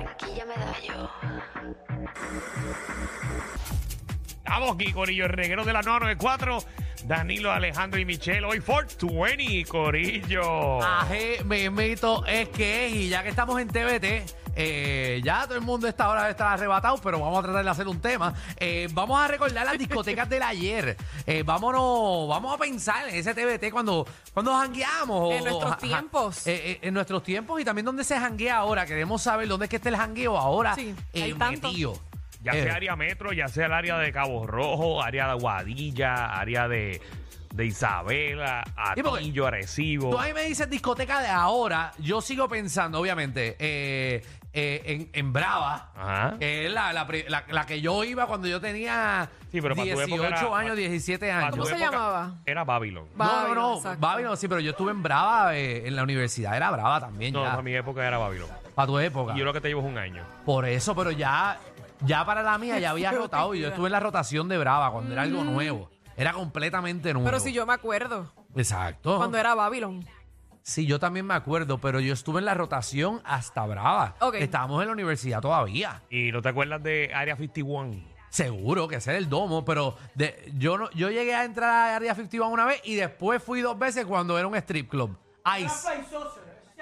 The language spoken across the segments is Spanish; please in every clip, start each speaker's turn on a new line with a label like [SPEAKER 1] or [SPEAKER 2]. [SPEAKER 1] Aquí ya me da yo.
[SPEAKER 2] Estamos aquí, Corillo, el reguero de la 994. Danilo, Alejandro y Michelle. Hoy 420, Corillo.
[SPEAKER 3] Aje, memito es que es. Y ya que estamos en TBT, eh, ya todo el mundo está ahora está arrebatado, pero vamos a tratar de hacer un tema. Eh, vamos a recordar las discotecas del ayer. Eh, vámonos, vamos a pensar en ese TBT cuando, cuando jangueamos. o-
[SPEAKER 4] En nuestros
[SPEAKER 3] o ja-
[SPEAKER 4] tiempos.
[SPEAKER 3] eh, eh, en nuestros tiempos y también dónde se janguea ahora. Queremos saber dónde es que está el jangueo ahora.
[SPEAKER 4] Sí,
[SPEAKER 3] eh,
[SPEAKER 4] hay tanto.
[SPEAKER 3] metido.
[SPEAKER 2] Ya
[SPEAKER 3] Eh,
[SPEAKER 2] sea área metro, ya sea el área de Cabo Rojo, área de Aguadilla, área de, de Isabela,
[SPEAKER 3] Sí, porque
[SPEAKER 2] Atillo, Arecibo.
[SPEAKER 3] Tú ahí me dices discoteca de ahora. Yo sigo pensando, obviamente, eh, eh, en, en Brava.
[SPEAKER 2] Ajá.
[SPEAKER 4] Eh,
[SPEAKER 3] Que es la, la pri- la- la que yo iba cuando yo tenía
[SPEAKER 2] Sí, pero para tu
[SPEAKER 3] 18
[SPEAKER 2] época era-
[SPEAKER 3] años, 17
[SPEAKER 2] Para
[SPEAKER 3] años.
[SPEAKER 2] tu
[SPEAKER 4] ¿Cómo se
[SPEAKER 2] época,
[SPEAKER 4] llamaba?
[SPEAKER 2] Era Babylon.
[SPEAKER 3] No, no,
[SPEAKER 4] Babylon,
[SPEAKER 3] no,
[SPEAKER 4] exacto.
[SPEAKER 3] Babylon, sí, pero yo estuve en Brava, eh, en la universidad era Brava también,
[SPEAKER 2] No,
[SPEAKER 3] ya,
[SPEAKER 2] a mi época era Babylon.
[SPEAKER 3] para tu época.
[SPEAKER 2] Y yo lo que te llevo es un año.
[SPEAKER 3] Por eso, pero ya, ya para la mía ya había rotado y yo estuve en la rotación de Brava cuando era algo nuevo, era completamente nuevo.
[SPEAKER 4] Mm. Pero si yo me acuerdo,
[SPEAKER 3] Exacto.
[SPEAKER 4] cuando era Babylon.
[SPEAKER 3] Sí, yo también me acuerdo, pero yo estuve en la rotación hasta Brava.
[SPEAKER 4] Ok.
[SPEAKER 3] Estábamos en la universidad todavía.
[SPEAKER 2] ¿Y no te acuerdas de Área 51?
[SPEAKER 3] Seguro que ese era el domo, pero de- yo no, yo llegué a entrar a Área 51 una vez y después fui dos veces cuando era un strip club. Ice.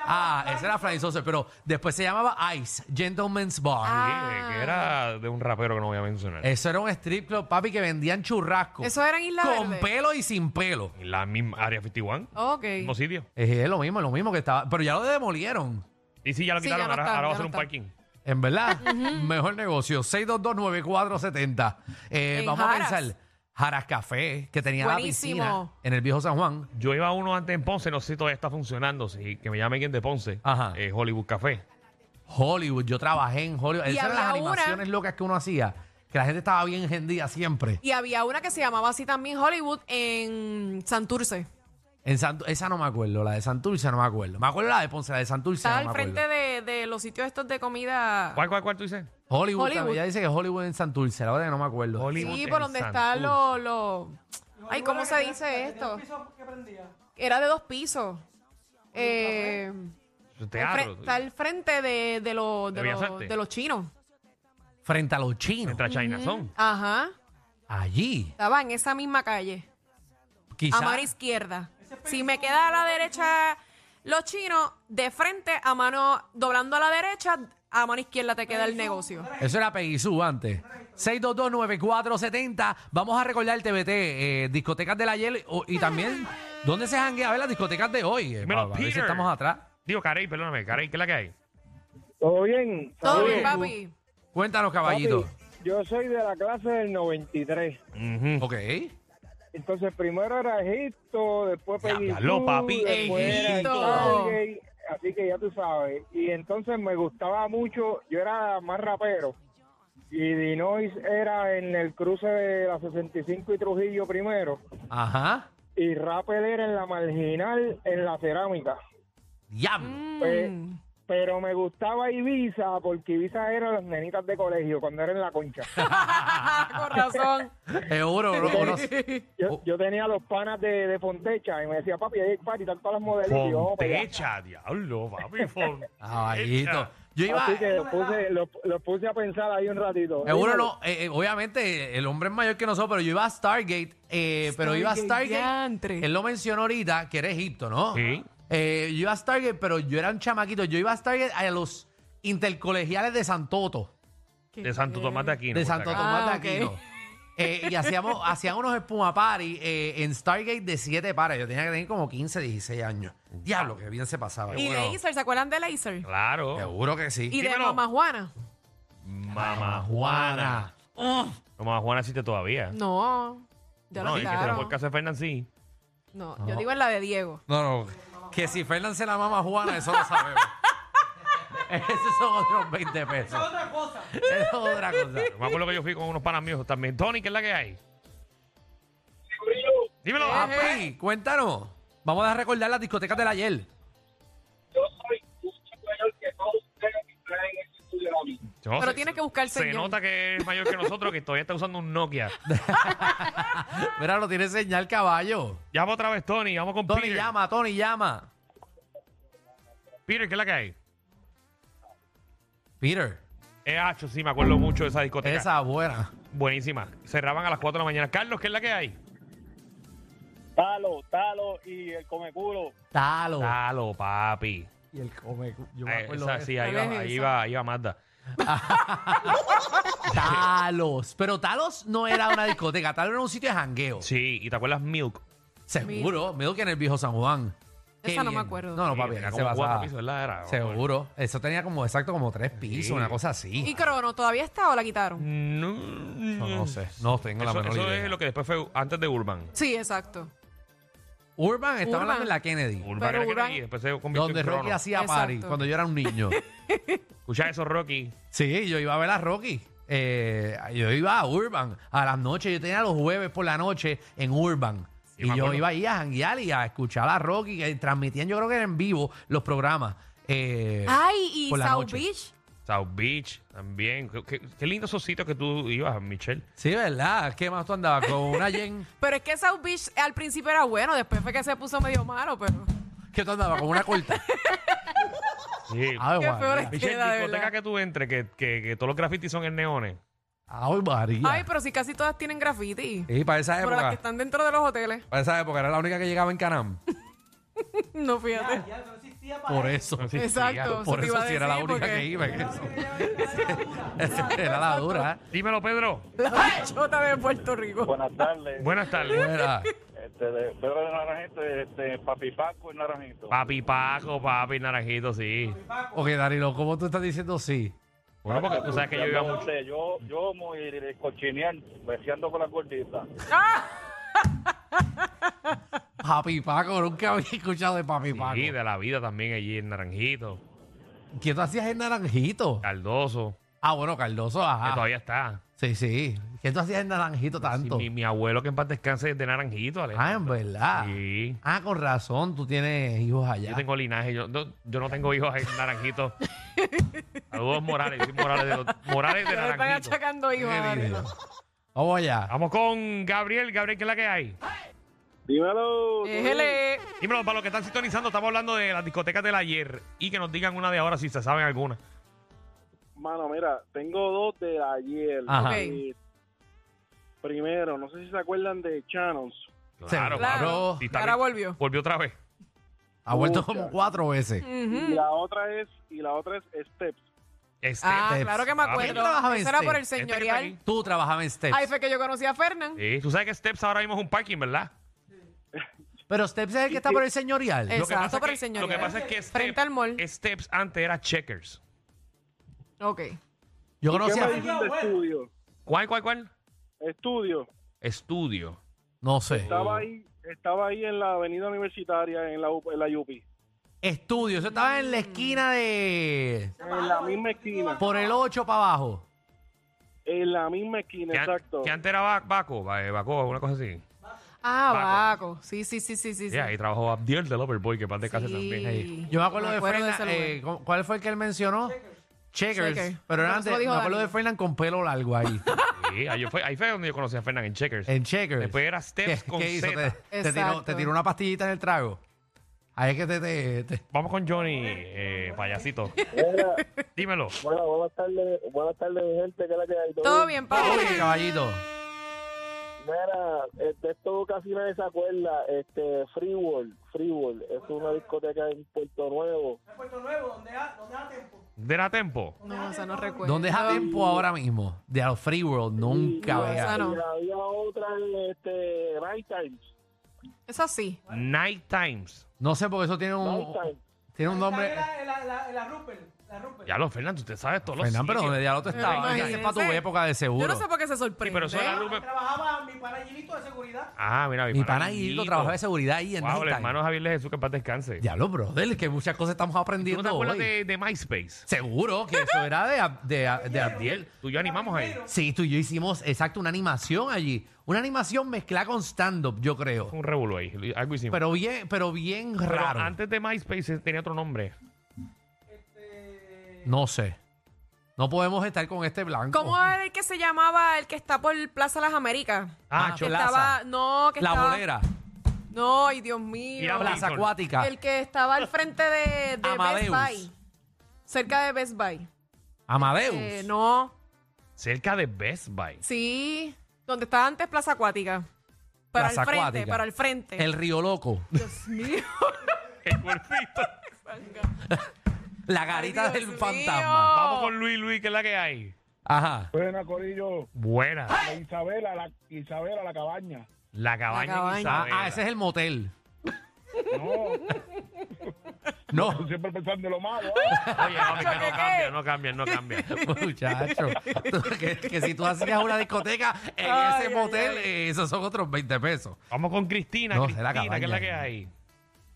[SPEAKER 3] Ah, ese era Flying Saucer, pero después se llamaba Ice, Gentleman's Bar.
[SPEAKER 4] Ah. Eh.
[SPEAKER 2] Sí, eh, que era de un rapero que no voy a mencionar.
[SPEAKER 3] Eso era un strip club, papi, que vendían churrasco.
[SPEAKER 4] Eso era en Isla
[SPEAKER 3] Con
[SPEAKER 4] Verde.
[SPEAKER 3] pelo y sin pelo.
[SPEAKER 2] En la misma Área 51.
[SPEAKER 4] Ok.
[SPEAKER 2] Mismo sitio.
[SPEAKER 3] Es, es lo mismo, es lo mismo que estaba. Pero ya lo demolieron.
[SPEAKER 2] Y sí, ya lo
[SPEAKER 4] Sí,
[SPEAKER 2] quitaron.
[SPEAKER 4] ya no
[SPEAKER 2] ahora,
[SPEAKER 4] está,
[SPEAKER 2] ahora va
[SPEAKER 4] ya
[SPEAKER 2] a ser
[SPEAKER 4] no
[SPEAKER 2] un
[SPEAKER 4] está.
[SPEAKER 2] parking.
[SPEAKER 3] En verdad, mejor negocio. 6229470. Eh,
[SPEAKER 4] En
[SPEAKER 3] vamos
[SPEAKER 4] Jaras.
[SPEAKER 3] a pensar. Jaras Café, que tenía
[SPEAKER 4] Buenísimo.
[SPEAKER 3] la piscina en el viejo San Juan.
[SPEAKER 2] Yo iba a uno antes en Ponce, no sé si todavía está funcionando, sí, que me llame alguien de Ponce,
[SPEAKER 3] Ajá.
[SPEAKER 2] Eh, Hollywood Café.
[SPEAKER 3] Hollywood, yo trabajé en Hollywood.
[SPEAKER 4] Y
[SPEAKER 3] Esas eran las
[SPEAKER 4] había una-
[SPEAKER 3] animaciones locas que uno hacía, que la gente estaba bien engendida siempre.
[SPEAKER 4] Y había una que se llamaba así también Hollywood en Santurce.
[SPEAKER 3] En Santu- esa no me acuerdo, la de Santurce no me acuerdo. Me acuerdo la de Ponce, la de Santurce
[SPEAKER 4] Estaba
[SPEAKER 3] no
[SPEAKER 4] al
[SPEAKER 3] me acuerdo.
[SPEAKER 4] frente de, de los sitios estos de comida.
[SPEAKER 2] ¿Cuál, cuál, cuál tú dices?
[SPEAKER 3] Hollywood,
[SPEAKER 4] Hollywood.
[SPEAKER 3] también, ella dice que Hollywood en Santurce, la verdad que no me acuerdo.
[SPEAKER 4] Sí, por donde están los... los- Ay, ¿cómo se dice esto? Era de dos pisos. Eh,
[SPEAKER 2] los...
[SPEAKER 4] al fre-
[SPEAKER 2] Teatro.
[SPEAKER 4] está al frente de, de, los- de
[SPEAKER 2] ¿De Bellas
[SPEAKER 4] los,
[SPEAKER 2] Artes?
[SPEAKER 4] de los chinos.
[SPEAKER 3] Frente a los chinos.
[SPEAKER 2] Entra China Zone.
[SPEAKER 4] Ajá.
[SPEAKER 3] Allí.
[SPEAKER 4] Estaba en esa misma calle. a mano
[SPEAKER 3] Quizás.
[SPEAKER 4] izquierda. Si me queda a la derecha los chinos, de frente a mano, doblando a la derecha, a mano izquierda te queda el negocio.
[SPEAKER 3] Eso era Peguizú antes. 6229470. Vamos a recordar el TBT, eh, discotecas del ayer o- y también dónde se janguea a ver las discotecas de hoy. Eh,
[SPEAKER 2] Dímelo,
[SPEAKER 3] para- para ver si
[SPEAKER 2] Peter.
[SPEAKER 3] estamos atrás.
[SPEAKER 2] Digo, Carey, perdóname, Carey, ¿qué es la que hay?
[SPEAKER 5] ¿Todo bien?
[SPEAKER 4] Todo
[SPEAKER 3] Oye,
[SPEAKER 4] bien, papi.
[SPEAKER 3] Cuéntanos,
[SPEAKER 5] Papi,
[SPEAKER 3] caballito.
[SPEAKER 5] yo soy de la clase del 93.
[SPEAKER 2] Ujú.
[SPEAKER 3] Ok.
[SPEAKER 5] Entonces, primero era Egipto, después
[SPEAKER 2] Ya,
[SPEAKER 5] Peggy
[SPEAKER 2] habló,
[SPEAKER 5] Sue,
[SPEAKER 2] papi.
[SPEAKER 5] después era el
[SPEAKER 4] Egipto.
[SPEAKER 5] Stargate, Así que ya tú sabes. Y entonces me gustaba mucho, yo era más rapero. Y Dinois era en el cruce de la 65 y Trujillo primero.
[SPEAKER 3] Ajá.
[SPEAKER 5] Y Rappel era en la marginal, en la cerámica.
[SPEAKER 3] Diablo.
[SPEAKER 4] Mm.
[SPEAKER 5] Pues, pero me gustaba Ibiza porque Ibiza era las nenitas de colegio cuando era en la concha.
[SPEAKER 4] Con razón.
[SPEAKER 3] Seguro, bro. bro.
[SPEAKER 5] Yo,
[SPEAKER 3] Oh.
[SPEAKER 5] yo tenía los panas de, de Fontecha y me decía, papi, ahí hay party, están todas las modelitos. Y yo, pues vamos para allá.
[SPEAKER 2] Fontecha, diablo, papi,
[SPEAKER 3] Caballito.
[SPEAKER 2] Fontecha.
[SPEAKER 3] Yo iba. eh,
[SPEAKER 5] Así que los puse, los, los puse a pensar ahí un ratito.
[SPEAKER 3] Seguro
[SPEAKER 5] Dímelo.
[SPEAKER 3] no, eh, eh, obviamente el hombre es mayor que nosotros, pero yo iba a Stargate, eh, pero iba a
[SPEAKER 4] Stargate,
[SPEAKER 3] Stargate,
[SPEAKER 4] diantre.
[SPEAKER 3] él lo mencionó ahorita, que era Egipto, ¿no?
[SPEAKER 2] Sí.
[SPEAKER 3] Eh, yo iba a Stargate, pero yo era un chamaquito, yo iba a Stargate a los intercolegiales de Santoto,
[SPEAKER 2] De Santo Tomás de Aquino.
[SPEAKER 3] de
[SPEAKER 2] por si
[SPEAKER 3] Santo
[SPEAKER 2] acaso.
[SPEAKER 3] Tomás
[SPEAKER 4] Ah,
[SPEAKER 3] de
[SPEAKER 4] ok.
[SPEAKER 3] Aquino. Eh, y hacíamos, hacían unos espuma party eh, en Stargate de siete pares, yo tenía que tener como 15, 16 años. Diablo, que bien se pasaba.
[SPEAKER 4] Y
[SPEAKER 3] Bueno,
[SPEAKER 4] Laser, ¿se acuerdan de Laser?
[SPEAKER 2] Claro.
[SPEAKER 3] Seguro que sí.
[SPEAKER 4] Y de
[SPEAKER 2] Dímelo.
[SPEAKER 4] Mamá Juana.
[SPEAKER 2] Mamá Juana. Mamá Juana existe todavía.
[SPEAKER 4] No. Ya
[SPEAKER 2] No,
[SPEAKER 4] lo
[SPEAKER 2] y que se la
[SPEAKER 4] quitaron.
[SPEAKER 2] por casa de Fernan, sí.
[SPEAKER 4] No, yo digo en la de Diego.
[SPEAKER 3] No, no. Que si Fernan se la mama a Juana, eso lo sabemos. Esos son otros 20 pesos. Es otra cosa. Es otra cosa.
[SPEAKER 2] Yo me acuerdo que yo fui con unos panas míos también. Tony, ¿qué es la que hay? Dímelo.
[SPEAKER 4] Ah,
[SPEAKER 3] Papi, cuéntanos. Vamos a recordar las discotecas del ayer.
[SPEAKER 2] Yo
[SPEAKER 4] Pero
[SPEAKER 2] sé-
[SPEAKER 4] tienes que buscar el
[SPEAKER 2] Se
[SPEAKER 4] señal.
[SPEAKER 2] nota que es mayor que nosotros, que todavía está usando un Nokia.
[SPEAKER 3] Mira, lo tiene señal caballo.
[SPEAKER 2] Llama otra vez, Tony. Vamos con
[SPEAKER 3] Tony
[SPEAKER 2] Peter.
[SPEAKER 3] llama, Tony llama.
[SPEAKER 2] Peter, ¿qué es la que hay?
[SPEAKER 3] Peter.
[SPEAKER 2] Eh, hacho, sí, me acuerdo mucho de esa discoteca.
[SPEAKER 3] Esa buena.
[SPEAKER 2] Buenísima. Cerraban a las 4 de la mañana. Carlos, ¿qué es la que hay?
[SPEAKER 5] Talo, talo y el come culo.
[SPEAKER 3] Talo.
[SPEAKER 2] Dalo, papi.
[SPEAKER 3] Y el come. Oh. Yo
[SPEAKER 2] Eh, esa, sí, ahí
[SPEAKER 4] ¿Cuál
[SPEAKER 2] va,
[SPEAKER 4] es
[SPEAKER 2] ahí
[SPEAKER 4] esa?
[SPEAKER 2] va, ahí va Magda.
[SPEAKER 3] Talos. Pero Talos no era una discoteca, Talos era un sitio de jangueo.
[SPEAKER 2] Sí, ¿y te acuerdas Milk?
[SPEAKER 3] Seguro. Medio que en el viejo San Juan. Qué
[SPEAKER 4] Esa no me acuerdo.
[SPEAKER 3] No, no,
[SPEAKER 2] Sí,
[SPEAKER 3] papi,
[SPEAKER 2] tenía
[SPEAKER 3] se
[SPEAKER 2] como cuatro
[SPEAKER 3] basaba-
[SPEAKER 2] pisos, ¿verdad? Era-
[SPEAKER 3] Seguro. Eso tenía como exacto como tres pisos,
[SPEAKER 2] Sí.
[SPEAKER 3] una cosa así.
[SPEAKER 4] ¿Y Crono todavía está o la quitaron?
[SPEAKER 2] No,
[SPEAKER 3] No, no sé. No tengo la
[SPEAKER 2] Eso,
[SPEAKER 3] menor
[SPEAKER 2] eso
[SPEAKER 3] idea.
[SPEAKER 2] es lo que después fue antes de Urban.
[SPEAKER 4] Sí, exacto.
[SPEAKER 3] Urban estaba hablando
[SPEAKER 4] Urban.
[SPEAKER 3] en la Kennedy.
[SPEAKER 2] Urban era que
[SPEAKER 4] Urban-
[SPEAKER 2] era y después se convirtió
[SPEAKER 3] Donde
[SPEAKER 2] en
[SPEAKER 3] Rocky
[SPEAKER 2] Crono.
[SPEAKER 3] hacía
[SPEAKER 4] Exacto.
[SPEAKER 3] party cuando yo era un niño.
[SPEAKER 2] Escucha eso, Rocky.
[SPEAKER 3] sí, yo iba a ver a Rocky. Eh, yo iba a Urban a las noches. Yo tenía los jueves por la noche en Urban.
[SPEAKER 2] Sí,
[SPEAKER 3] y
[SPEAKER 2] me
[SPEAKER 3] yo
[SPEAKER 2] acuerdo.
[SPEAKER 3] iba ahí a janguear y a escuchar a Rocky, que transmitían, yo creo que era en vivo, los programas. eh,
[SPEAKER 4] Ay, y
[SPEAKER 3] por la
[SPEAKER 4] South
[SPEAKER 3] noche.
[SPEAKER 4] Beach.
[SPEAKER 2] South Beach también. Qué, qué- qué lindo esos sitios que tú ibas, Michelle.
[SPEAKER 3] Sí, ¿verdad? ¿Qué más tú andabas? Con una Jen.
[SPEAKER 4] Pero es que South Beach al principio era bueno, después fue que se puso medio malo, pero.
[SPEAKER 3] ¿Qué tú andabas? Con una corta.
[SPEAKER 2] Sí.
[SPEAKER 3] Ay,
[SPEAKER 4] Qué
[SPEAKER 3] María.
[SPEAKER 4] peor es
[SPEAKER 2] Ah, Michelle,
[SPEAKER 4] queda, de
[SPEAKER 2] discoteca
[SPEAKER 4] verdad.
[SPEAKER 2] que tú entres, que, que, que todos los grafitis son en neones.
[SPEAKER 3] Ay, María.
[SPEAKER 4] Ay, pero si casi todas tienen graffiti.
[SPEAKER 3] Y para esa
[SPEAKER 4] Pero las que
[SPEAKER 3] época,
[SPEAKER 4] están dentro de los hoteles.
[SPEAKER 3] para esa época era la única que llegaba en Canam.
[SPEAKER 4] No, fíjate.
[SPEAKER 3] Por eso.
[SPEAKER 2] No existía.
[SPEAKER 4] Exacto.
[SPEAKER 3] Por
[SPEAKER 4] te
[SPEAKER 3] eso
[SPEAKER 4] iba a
[SPEAKER 3] sí era la
[SPEAKER 4] decir,
[SPEAKER 3] única
[SPEAKER 4] porque-
[SPEAKER 3] que iba. en eso. Era la dura.
[SPEAKER 2] Dímelo, Pedro.
[SPEAKER 4] La chota de Puerto Rico.
[SPEAKER 5] Buenas tardes.
[SPEAKER 2] Buenas tardes.
[SPEAKER 3] Era.
[SPEAKER 5] Este, de Pedro de Naranjito, este, Papi Paco y Naranjito.
[SPEAKER 2] Papi Paco, papi Naranjito, sí.
[SPEAKER 3] Ok, Danilo, ¿cómo tú estás diciendo sí?
[SPEAKER 2] Bueno, porque tú sabes que yo iba
[SPEAKER 5] no
[SPEAKER 2] mucho.
[SPEAKER 5] sé, Yo, yo muy cochineal, beseando con la gordita.
[SPEAKER 3] Papi Paco, nunca había escuchado de Papi Paco.
[SPEAKER 2] Sí, de la vida también allí en Naranjito.
[SPEAKER 3] ¿Qué tú hacías en Naranjito?
[SPEAKER 2] Cardoso,
[SPEAKER 3] Ah, bueno, Cardoso,
[SPEAKER 2] que
[SPEAKER 3] ajá.
[SPEAKER 2] todavía está.
[SPEAKER 3] Sí, sí. ¿Qué tú hacías en Naranjito
[SPEAKER 2] Sí,
[SPEAKER 3] tanto?
[SPEAKER 2] mi, mi abuelo que en paz descanse es de Naranjito,
[SPEAKER 3] Ah,
[SPEAKER 2] Alejandro.
[SPEAKER 3] en verdad.
[SPEAKER 2] Sí.
[SPEAKER 3] Ah, con razón, tú tienes hijos allá.
[SPEAKER 2] Yo tengo linaje, yo, no- yo no tengo hijos en Naranjito. Saludos Morales, sí, Morales de, los- Morales de
[SPEAKER 4] Se le están
[SPEAKER 2] Naranjito.
[SPEAKER 4] achacando hijos.
[SPEAKER 3] Qué
[SPEAKER 4] Danilo.
[SPEAKER 3] lindo. Vamos allá.
[SPEAKER 2] Vamos con Gabriel, Gabriel, ¿qué es la que hay?
[SPEAKER 5] Dímelo.
[SPEAKER 4] Déjele.
[SPEAKER 2] Dímelo, para los que están sintonizando, estamos hablando de las discotecas del ayer y que nos digan una de ahora si se saben alguna.
[SPEAKER 1] Mano, mira, tengo dos de ayer.
[SPEAKER 3] Ajá.
[SPEAKER 4] Ok.
[SPEAKER 1] Eh, primero, no sé si se acuerdan de Channels.
[SPEAKER 3] Claro,
[SPEAKER 4] Claro.
[SPEAKER 3] claro.
[SPEAKER 2] Sí, está
[SPEAKER 4] Ahora
[SPEAKER 2] bien.
[SPEAKER 4] volvió.
[SPEAKER 2] Volvió otra vez.
[SPEAKER 3] Ha vuelto
[SPEAKER 1] Muchas.
[SPEAKER 3] como cuatro veces.
[SPEAKER 1] Y
[SPEAKER 4] Ujú.
[SPEAKER 1] la otra es y la otra es Steps.
[SPEAKER 2] Este,
[SPEAKER 4] Ah,
[SPEAKER 3] Steps.
[SPEAKER 4] claro que me
[SPEAKER 2] Ah, ¿quién
[SPEAKER 4] acuerdo.
[SPEAKER 3] trabajaba en
[SPEAKER 4] Eso era por el
[SPEAKER 3] Steps?
[SPEAKER 2] este que está
[SPEAKER 4] señorial.
[SPEAKER 3] Tú trabajabas en Steps.
[SPEAKER 4] Ahí fue que yo conocí a Fernán.
[SPEAKER 2] aquí. Sí, tú sabes que Steps ahora mismo es un parking, ¿verdad?
[SPEAKER 3] Pero Steps es el que está por el señorial.
[SPEAKER 4] Exacto,
[SPEAKER 2] pasa
[SPEAKER 4] por
[SPEAKER 2] que-
[SPEAKER 4] el señorial.
[SPEAKER 2] Lo que pasa es que
[SPEAKER 4] Frente
[SPEAKER 2] Steps-
[SPEAKER 4] al mall.
[SPEAKER 2] Steps antes era Checkers.
[SPEAKER 4] Ok.
[SPEAKER 3] Yo
[SPEAKER 1] ¿Qué
[SPEAKER 3] conocía.
[SPEAKER 1] me dices de estudio?
[SPEAKER 2] ¿Cuál, cuál, cuál?
[SPEAKER 1] Estudio.
[SPEAKER 2] Estudio.
[SPEAKER 3] No sé.
[SPEAKER 1] Estaba ahí, estaba ahí en la avenida universitaria, en la, U- en la Yupi.
[SPEAKER 3] Estudio. Eso estaba en la esquina de.
[SPEAKER 1] En la misma esquina.
[SPEAKER 3] Por el 8 para abajo.
[SPEAKER 1] En la misma esquina,
[SPEAKER 2] Que an-
[SPEAKER 1] exacto.
[SPEAKER 2] Que antes era Ba- Baco, Ba- eh, Baco, una cosa así.
[SPEAKER 4] Ah, Baco. Sí, sí, sí, sí, sí. sí.
[SPEAKER 2] Sí, ahí trabajó Abdiel de Loverboy, que parte de casa
[SPEAKER 4] Sí.
[SPEAKER 2] también.
[SPEAKER 3] Ahí. Yo me acuerdo
[SPEAKER 4] Me
[SPEAKER 3] de
[SPEAKER 4] acuerdo de
[SPEAKER 3] Fernan.
[SPEAKER 4] ese
[SPEAKER 3] eh, ¿cu- ¿Cuál fue el que él mencionó? Checkers.
[SPEAKER 4] Checkers.
[SPEAKER 3] Pero
[SPEAKER 4] Pero
[SPEAKER 3] era
[SPEAKER 4] eso
[SPEAKER 3] antes.
[SPEAKER 4] lo
[SPEAKER 3] Me
[SPEAKER 4] dijo
[SPEAKER 3] acuerdo de
[SPEAKER 4] Danilo.
[SPEAKER 3] Fernan con pelo largo ahí.
[SPEAKER 2] Sí, ahí yo fue, ahí fue donde yo conocí a Fernan en Checkers.
[SPEAKER 3] en Checkers.
[SPEAKER 2] Después era Steps con
[SPEAKER 3] hizo?
[SPEAKER 2] Z.
[SPEAKER 3] Te, te tiró,
[SPEAKER 4] Exacto.
[SPEAKER 3] te tiró una pastillita en el trago. Ahí es que te. te- te-
[SPEAKER 2] Vamos con Johnny, eh, payasito. Dímelo.
[SPEAKER 5] Bueno, buenas tardes, buenas tardes, mi gente, que la que hay.
[SPEAKER 4] Todo bien, papi.
[SPEAKER 3] Oye, caballito.
[SPEAKER 5] Mira, eh, de esto casi nadie se acuerda, este, Free World, Free World, es una discoteca en Puerto Nuevo.
[SPEAKER 2] ¿De la Tempo?
[SPEAKER 4] No, o sea, no recuerdo.
[SPEAKER 3] ¿Dónde es a tiempo ahora mismo? De los Free World. Nunca
[SPEAKER 4] o sea,
[SPEAKER 3] vea.
[SPEAKER 4] no.
[SPEAKER 5] Y había otra, este, Night Times,
[SPEAKER 4] Esa sí.
[SPEAKER 2] Night Times.
[SPEAKER 3] No sé porque eso tiene
[SPEAKER 2] Oh.
[SPEAKER 3] un.
[SPEAKER 5] Night Times.
[SPEAKER 3] Tiene un nombre.
[SPEAKER 2] Ya lo, Fernando, usted sabe todos los
[SPEAKER 3] Fernán, pero
[SPEAKER 2] sitios.
[SPEAKER 3] donde diablo tú estabas.
[SPEAKER 4] imagínense.
[SPEAKER 3] Es para tu época de seguro.
[SPEAKER 4] Yo no sé por qué se sorprende.
[SPEAKER 2] Pero eso era Lupe. Ah, mira, mi,
[SPEAKER 3] Mi pana Gildo trabajaba de seguridad ahí en
[SPEAKER 2] Wow, el
[SPEAKER 3] Nighttime.
[SPEAKER 2] hermano Javier de Jesús, que en paz descanse.
[SPEAKER 3] Diablo, brother, que muchas cosas estamos
[SPEAKER 2] ¿Tú no te
[SPEAKER 3] aprendiendo
[SPEAKER 2] acuerdas
[SPEAKER 3] hoy.
[SPEAKER 2] de, de MySpace?
[SPEAKER 3] Seguro que eso era de, Ab- de, Ab- de Abdiel.
[SPEAKER 2] Abdiel, tú y yo animamos ahí.
[SPEAKER 3] Sí, tú y yo hicimos exacto una animación allí. Una animación mezclada con stand-up, yo creo.
[SPEAKER 2] Fue un revuelo ahí, algo hicimos.
[SPEAKER 3] Pero bien, pero bien
[SPEAKER 2] Pero
[SPEAKER 3] raro.
[SPEAKER 2] antes de MySpace eh, tenía otro nombre.
[SPEAKER 3] No sé. No podemos estar con este blanco.
[SPEAKER 4] ¿Cómo era el que se llamaba el que está por Plaza Las Américas?
[SPEAKER 3] Ah,
[SPEAKER 2] Ah,
[SPEAKER 4] Que
[SPEAKER 3] Cholaza.
[SPEAKER 4] estaba, no, que
[SPEAKER 3] la
[SPEAKER 4] estaba.
[SPEAKER 3] bolera,
[SPEAKER 4] No, ay, Dios mío.
[SPEAKER 2] Mira,
[SPEAKER 3] plaza
[SPEAKER 2] Lincoln.
[SPEAKER 3] acuática.
[SPEAKER 4] El que estaba al frente de, de Best
[SPEAKER 3] Amadeus.
[SPEAKER 4] Buy. Cerca de Best Buy.
[SPEAKER 3] Amadeus.
[SPEAKER 4] Eh, no,
[SPEAKER 2] Cerca de Best Buy.
[SPEAKER 4] sí, donde estaba antes Plaza Acuática. Para
[SPEAKER 3] Plaza
[SPEAKER 4] el frente,
[SPEAKER 3] Acuática.
[SPEAKER 4] para el frente.
[SPEAKER 3] El Río Loco.
[SPEAKER 4] Dios mío.
[SPEAKER 2] El cuerpito.
[SPEAKER 3] La garita
[SPEAKER 4] Dios
[SPEAKER 3] del
[SPEAKER 4] mío.
[SPEAKER 3] fantasma.
[SPEAKER 2] Vamos con Luis Luis, que es la que hay.
[SPEAKER 3] Ajá.
[SPEAKER 5] Buena, Corillo.
[SPEAKER 2] Buena.
[SPEAKER 5] Isabela, la, Isabela, la cabaña.
[SPEAKER 2] La cabaña.
[SPEAKER 4] La cabaña.
[SPEAKER 2] en
[SPEAKER 3] Ah,
[SPEAKER 2] Isabela.
[SPEAKER 3] ah, ese es el motel.
[SPEAKER 5] No,
[SPEAKER 3] No,
[SPEAKER 5] siempre pensando en lo malo.
[SPEAKER 2] Oye, no, que
[SPEAKER 4] ¿Qué,
[SPEAKER 2] no
[SPEAKER 4] qué?
[SPEAKER 2] cambia, no cambia, no cambia.
[SPEAKER 3] muchacho. Tú, que, que si tú hacías una discoteca en
[SPEAKER 4] Ay,
[SPEAKER 3] ese
[SPEAKER 4] ay,
[SPEAKER 3] motel,
[SPEAKER 4] ay.
[SPEAKER 3] eh, esos son otros 20 pesos.
[SPEAKER 2] Vamos con Cristina.
[SPEAKER 3] No, es
[SPEAKER 2] Cristina,
[SPEAKER 3] la
[SPEAKER 2] que es la
[SPEAKER 3] cabaña.
[SPEAKER 2] que hay.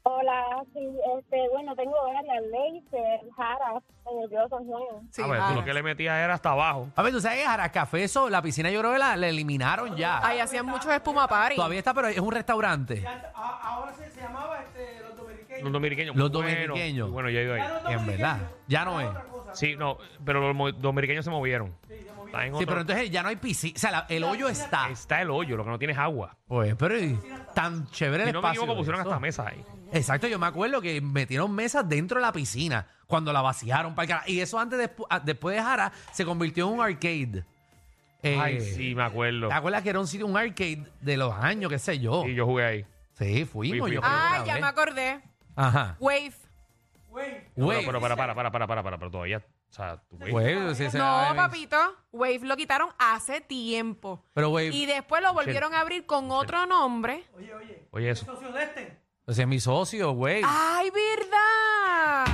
[SPEAKER 6] Hola, sí, este, bueno, tengo varias Laser, Jara, en el Viejo San Juan.
[SPEAKER 4] Sí,
[SPEAKER 2] a ver, tú
[SPEAKER 4] ah.
[SPEAKER 2] lo que le metías era hasta abajo.
[SPEAKER 3] A ver, tú sabes que Jarascafé, eso, la piscina yo creo que la, la eliminaron ya.
[SPEAKER 4] Ahí hacían muchos espuma party.
[SPEAKER 3] Todavía está, pero es un restaurante.
[SPEAKER 7] ahora se, se llamaba este, los dominicanos.
[SPEAKER 2] Los dominiqueños.
[SPEAKER 3] Los
[SPEAKER 2] muy buenos,
[SPEAKER 3] dominiqueños.
[SPEAKER 2] muy Bueno, yo he ido ahí.
[SPEAKER 3] En verdad, ya no es.
[SPEAKER 2] Sí, no, pero los mo- dominiqueños se movieron. Está en
[SPEAKER 3] Sí,
[SPEAKER 2] otro-
[SPEAKER 3] pero entonces ya no hay piscina. O sea, la- el hoyo está.
[SPEAKER 2] Está el hoyo, lo que no tienes agua.
[SPEAKER 3] Pues, pero y- tan chévere el
[SPEAKER 2] Si no me
[SPEAKER 3] espacio
[SPEAKER 2] equivoco,
[SPEAKER 3] de
[SPEAKER 2] pusieron
[SPEAKER 3] eso.
[SPEAKER 2] hasta mesas ahí.
[SPEAKER 3] Exacto, yo me acuerdo que metieron mesas dentro de la piscina cuando la vaciaron para el cara. Y eso antes, despu- ah, después de Jara, se convirtió en un arcade. Eh,
[SPEAKER 2] Ay, sí, me acuerdo.
[SPEAKER 3] ¿Te acuerdas que era un sitio, un arcade de los años, qué sé yo?
[SPEAKER 2] Y yo jugué ahí.
[SPEAKER 3] Sí, fuimos.
[SPEAKER 2] Fui, fui,
[SPEAKER 3] yo
[SPEAKER 2] fui.
[SPEAKER 3] creo,
[SPEAKER 4] Ah,
[SPEAKER 3] una
[SPEAKER 4] ya
[SPEAKER 3] vez.
[SPEAKER 4] me acordé.
[SPEAKER 3] Ajá.
[SPEAKER 4] Wave.
[SPEAKER 2] Mm.
[SPEAKER 3] Güey,
[SPEAKER 2] Pero, pero, para, para, para, para, para, para, pero todavía. O sea, tú ves.
[SPEAKER 3] güey, sí, se la
[SPEAKER 4] No,
[SPEAKER 3] deben-
[SPEAKER 4] papito. Wave lo quitaron hace tiempo.
[SPEAKER 3] Pero, güey,
[SPEAKER 4] Y después lo volvieron a abrir con otro nombre.
[SPEAKER 2] Oye, eso.
[SPEAKER 7] este.
[SPEAKER 3] ese es mi socio, güey.
[SPEAKER 4] ¡Ay, verdad!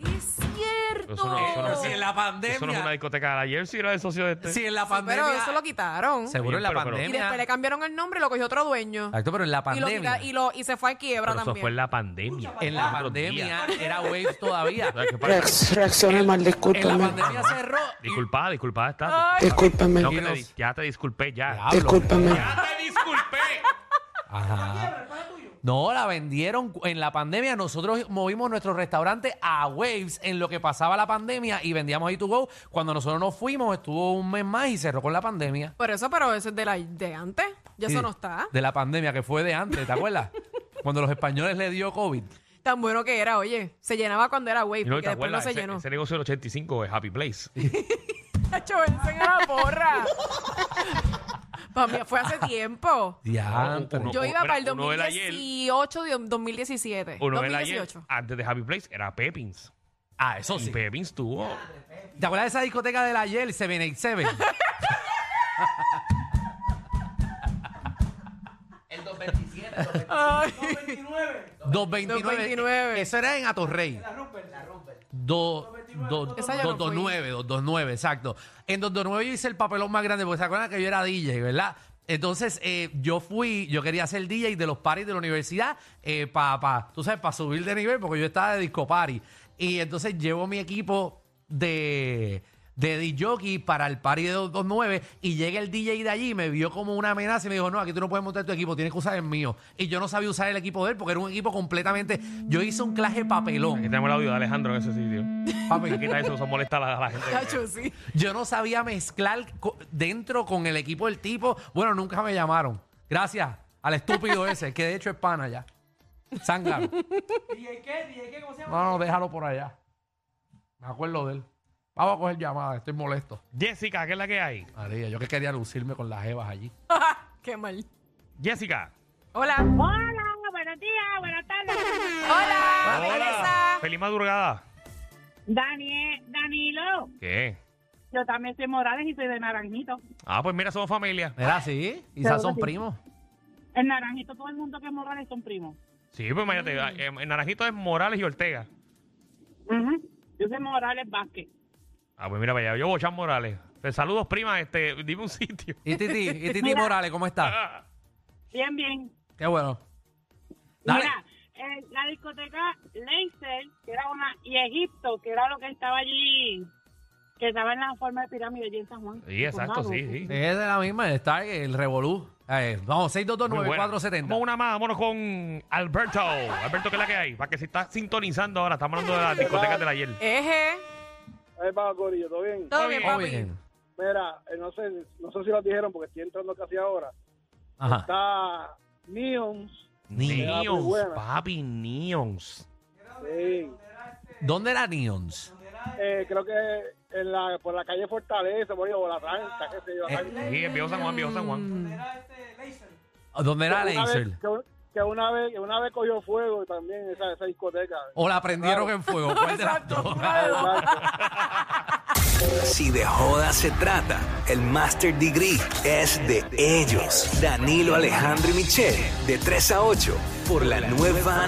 [SPEAKER 4] Es cierto.
[SPEAKER 2] Eso no- eso no-
[SPEAKER 3] Pero si en la
[SPEAKER 2] Eso no es una
[SPEAKER 3] pandemia.
[SPEAKER 2] discoteca de ayer, si era el socio de este.
[SPEAKER 3] Si en la
[SPEAKER 4] Sí, pero
[SPEAKER 3] pandemia.
[SPEAKER 4] eso lo quitaron.
[SPEAKER 3] Seguro
[SPEAKER 2] Oye,
[SPEAKER 3] en la
[SPEAKER 2] pero- pero-
[SPEAKER 4] Y después le
[SPEAKER 3] pandemia.
[SPEAKER 4] cambiaron el nombre y lo cogió otro dueño.
[SPEAKER 3] Exacto, pero en la
[SPEAKER 4] Y, lo
[SPEAKER 3] pandemia.
[SPEAKER 4] quita- y, lo, y se fue a quiebra
[SPEAKER 2] Pero eso
[SPEAKER 4] también.
[SPEAKER 2] fue en la pandemia.
[SPEAKER 3] En la
[SPEAKER 2] Otros
[SPEAKER 3] pandemia
[SPEAKER 2] días.
[SPEAKER 3] era Waves todavía.
[SPEAKER 2] O sea, que para-
[SPEAKER 8] Reacciones mal,
[SPEAKER 3] En la
[SPEAKER 8] discúlpame.
[SPEAKER 3] pandemia cerró. y-
[SPEAKER 2] Disculpada, disculpada está.
[SPEAKER 4] Ay,
[SPEAKER 8] Discúlpame.
[SPEAKER 2] No, que te
[SPEAKER 3] Dios.
[SPEAKER 2] di- ya te disculpé, ya.
[SPEAKER 3] Diablo.
[SPEAKER 8] Discúlpame.
[SPEAKER 2] ¡Ya te disculpé!
[SPEAKER 3] Ajá. No, la vendieron cu- en la pandemia. Nosotros movimos nuestro restaurante a Waves en lo que pasaba la pandemia y vendíamos ahí to go. Cuando nosotros nos fuimos, estuvo un mes más y cerró con la pandemia.
[SPEAKER 4] Por eso, pero eso es de, la, de antes. Ya
[SPEAKER 3] Sí,
[SPEAKER 4] eso no está.
[SPEAKER 3] De la pandemia, que fue de antes, ¿te acuerdas? Cuando los españoles le dio COVID.
[SPEAKER 4] Tan bueno que era, oye. Se llenaba cuando era Wave,
[SPEAKER 2] Y no, ¿te
[SPEAKER 4] porque después no
[SPEAKER 2] acuerdas?
[SPEAKER 4] se
[SPEAKER 2] ese,
[SPEAKER 4] llenó.
[SPEAKER 2] ese negocio del 85 es Happy Place.
[SPEAKER 4] Chacho, vencen a la porra. Para mí fue hace tiempo.
[SPEAKER 3] Diantre.
[SPEAKER 2] Uno-
[SPEAKER 4] Yo iba para el
[SPEAKER 2] mira, uno del ayer.
[SPEAKER 4] 2018, de- 2017.
[SPEAKER 2] Uno de ayer,
[SPEAKER 4] 2018.
[SPEAKER 2] antes de Happy Place, era Pepins.
[SPEAKER 3] Ah, eso
[SPEAKER 2] Y
[SPEAKER 3] sí.
[SPEAKER 2] Pepins tuvo.
[SPEAKER 3] ¿Te acuerdas de esa discoteca del ayer, 787? El 227.
[SPEAKER 4] Ay,
[SPEAKER 3] 229.
[SPEAKER 4] 229.
[SPEAKER 3] Eso era en Atorrey. La
[SPEAKER 4] Esa yo no fui.
[SPEAKER 3] 229, 229, exacto. En 229 yo hice el papelón más grande, porque se acuerdan que yo era DJ, ¿verdad? Entonces eh, yo fui, yo quería ser DJ de los parties de la universidad para, tú sabes, para subir de nivel, porque yo estaba de disco party. Y entonces llevo mi equipo de, de DJ jockey para el party de 229 y llega el DJ de allí, me vio como una amenaza y me dijo, no, aquí tú no puedes montar tu equipo, tienes que usar el mío. Y yo no sabía usar el equipo de él porque era un equipo completamente... Yo hice un claje
[SPEAKER 2] Aquí
[SPEAKER 3] papelón.
[SPEAKER 2] tenemos el audio de Alejandro en ese sitio.
[SPEAKER 3] papi.
[SPEAKER 2] Quita eso, eso molesta a la, a la gente.
[SPEAKER 4] chacho, sí.
[SPEAKER 3] Yo no sabía mezclar co- dentro con el equipo del tipo. Bueno, nunca me llamaron. Gracias al estúpido ese, que de hecho es pana ya. Sanglar.
[SPEAKER 7] ¿DJ qué? ¿DJ qué? ¿Cómo se llama?
[SPEAKER 3] No, no, déjalo por allá. Me acuerdo de él. Vamos a coger llamada, estoy molesto.
[SPEAKER 2] Jessica, ¿qué es la que hay?
[SPEAKER 3] María, yo que quería lucirme con las jevas allí.
[SPEAKER 4] Qué mal.
[SPEAKER 2] Jessica.
[SPEAKER 4] Hola.
[SPEAKER 6] Hola, buenos días, buenas tardes.
[SPEAKER 4] Hola. Vanessa.
[SPEAKER 2] Feliz madrugada.
[SPEAKER 6] Daniel, Danilo,
[SPEAKER 2] ¿Qué?
[SPEAKER 6] yo también soy Morales y soy de Naranjito.
[SPEAKER 2] Ah, pues mira, somos familia.
[SPEAKER 3] Era así,
[SPEAKER 6] Seguro
[SPEAKER 3] quizás son
[SPEAKER 6] que sí.
[SPEAKER 3] primos.
[SPEAKER 6] En Naranjito todo el mundo que es Morales son primos.
[SPEAKER 2] Sí, pues imagínate,
[SPEAKER 4] Mm.
[SPEAKER 2] eh, en Naranjito es Morales y Ortega.
[SPEAKER 6] Ujú. Yo soy Morales Vázquez.
[SPEAKER 2] Ah, pues mira, vaya, yo Bochan Morales. Te saludos, prima, este, dime un sitio.
[SPEAKER 3] Y Titi, y Titi Morales, ¿cómo está?
[SPEAKER 2] Ah,
[SPEAKER 6] Bien, bien.
[SPEAKER 3] Qué bueno. Dale.
[SPEAKER 6] Mira, eh, la discoteca Leicester, que era una, y Egipto, que era lo que estaba allí, que estaba en la forma de pirámide allí en San Juan.
[SPEAKER 2] Sí,
[SPEAKER 4] Pues
[SPEAKER 2] exacto, sí,
[SPEAKER 3] Sí,
[SPEAKER 2] sí.
[SPEAKER 3] Es de la misma, el Stark, el Revolú. Eh, vamos,
[SPEAKER 2] Muy buena.
[SPEAKER 3] 6229470.
[SPEAKER 2] Vamos una más, vámonos con Alberto. Alberto, ¿qué es la que hay? Para que se está sintonizando ahora, estamos hablando de las discotecas del ayer.
[SPEAKER 4] Eje.
[SPEAKER 5] Ahí va, Corillo, ¿todo bien?
[SPEAKER 4] Todo
[SPEAKER 2] Muy
[SPEAKER 4] bien,
[SPEAKER 2] bien.
[SPEAKER 3] Oh,
[SPEAKER 4] papi.
[SPEAKER 3] bien.
[SPEAKER 5] Mira, eh, no sé, no sé si lo dijeron porque estoy entrando casi ahora.
[SPEAKER 3] Ajá.
[SPEAKER 5] Está Neons. Era muy
[SPEAKER 2] Neons,
[SPEAKER 5] buena.
[SPEAKER 2] papi, Neons.
[SPEAKER 5] Sí.
[SPEAKER 3] ¿Dónde era Neons?
[SPEAKER 5] eh, creo que en la, por la calle Fortaleza, por ahí, o la Rancha, qué sé yo. la
[SPEAKER 2] Eh,
[SPEAKER 5] calle-
[SPEAKER 2] sí, en Viejo San Juan, Viejo San Juan.
[SPEAKER 7] donde era este Laser.
[SPEAKER 3] ¿Dónde era
[SPEAKER 5] que una vez-
[SPEAKER 3] Laser?
[SPEAKER 5] que un- Que una vez, que una vez cogió fuego también esa, esa discoteca.
[SPEAKER 3] O la prendieron en fuego. ¿Cuál de las dos?
[SPEAKER 8] Si de joda se trata, el Master Degree es de ellos. Danilo Alejandro y Michelle, de 3 a 8, por la nueva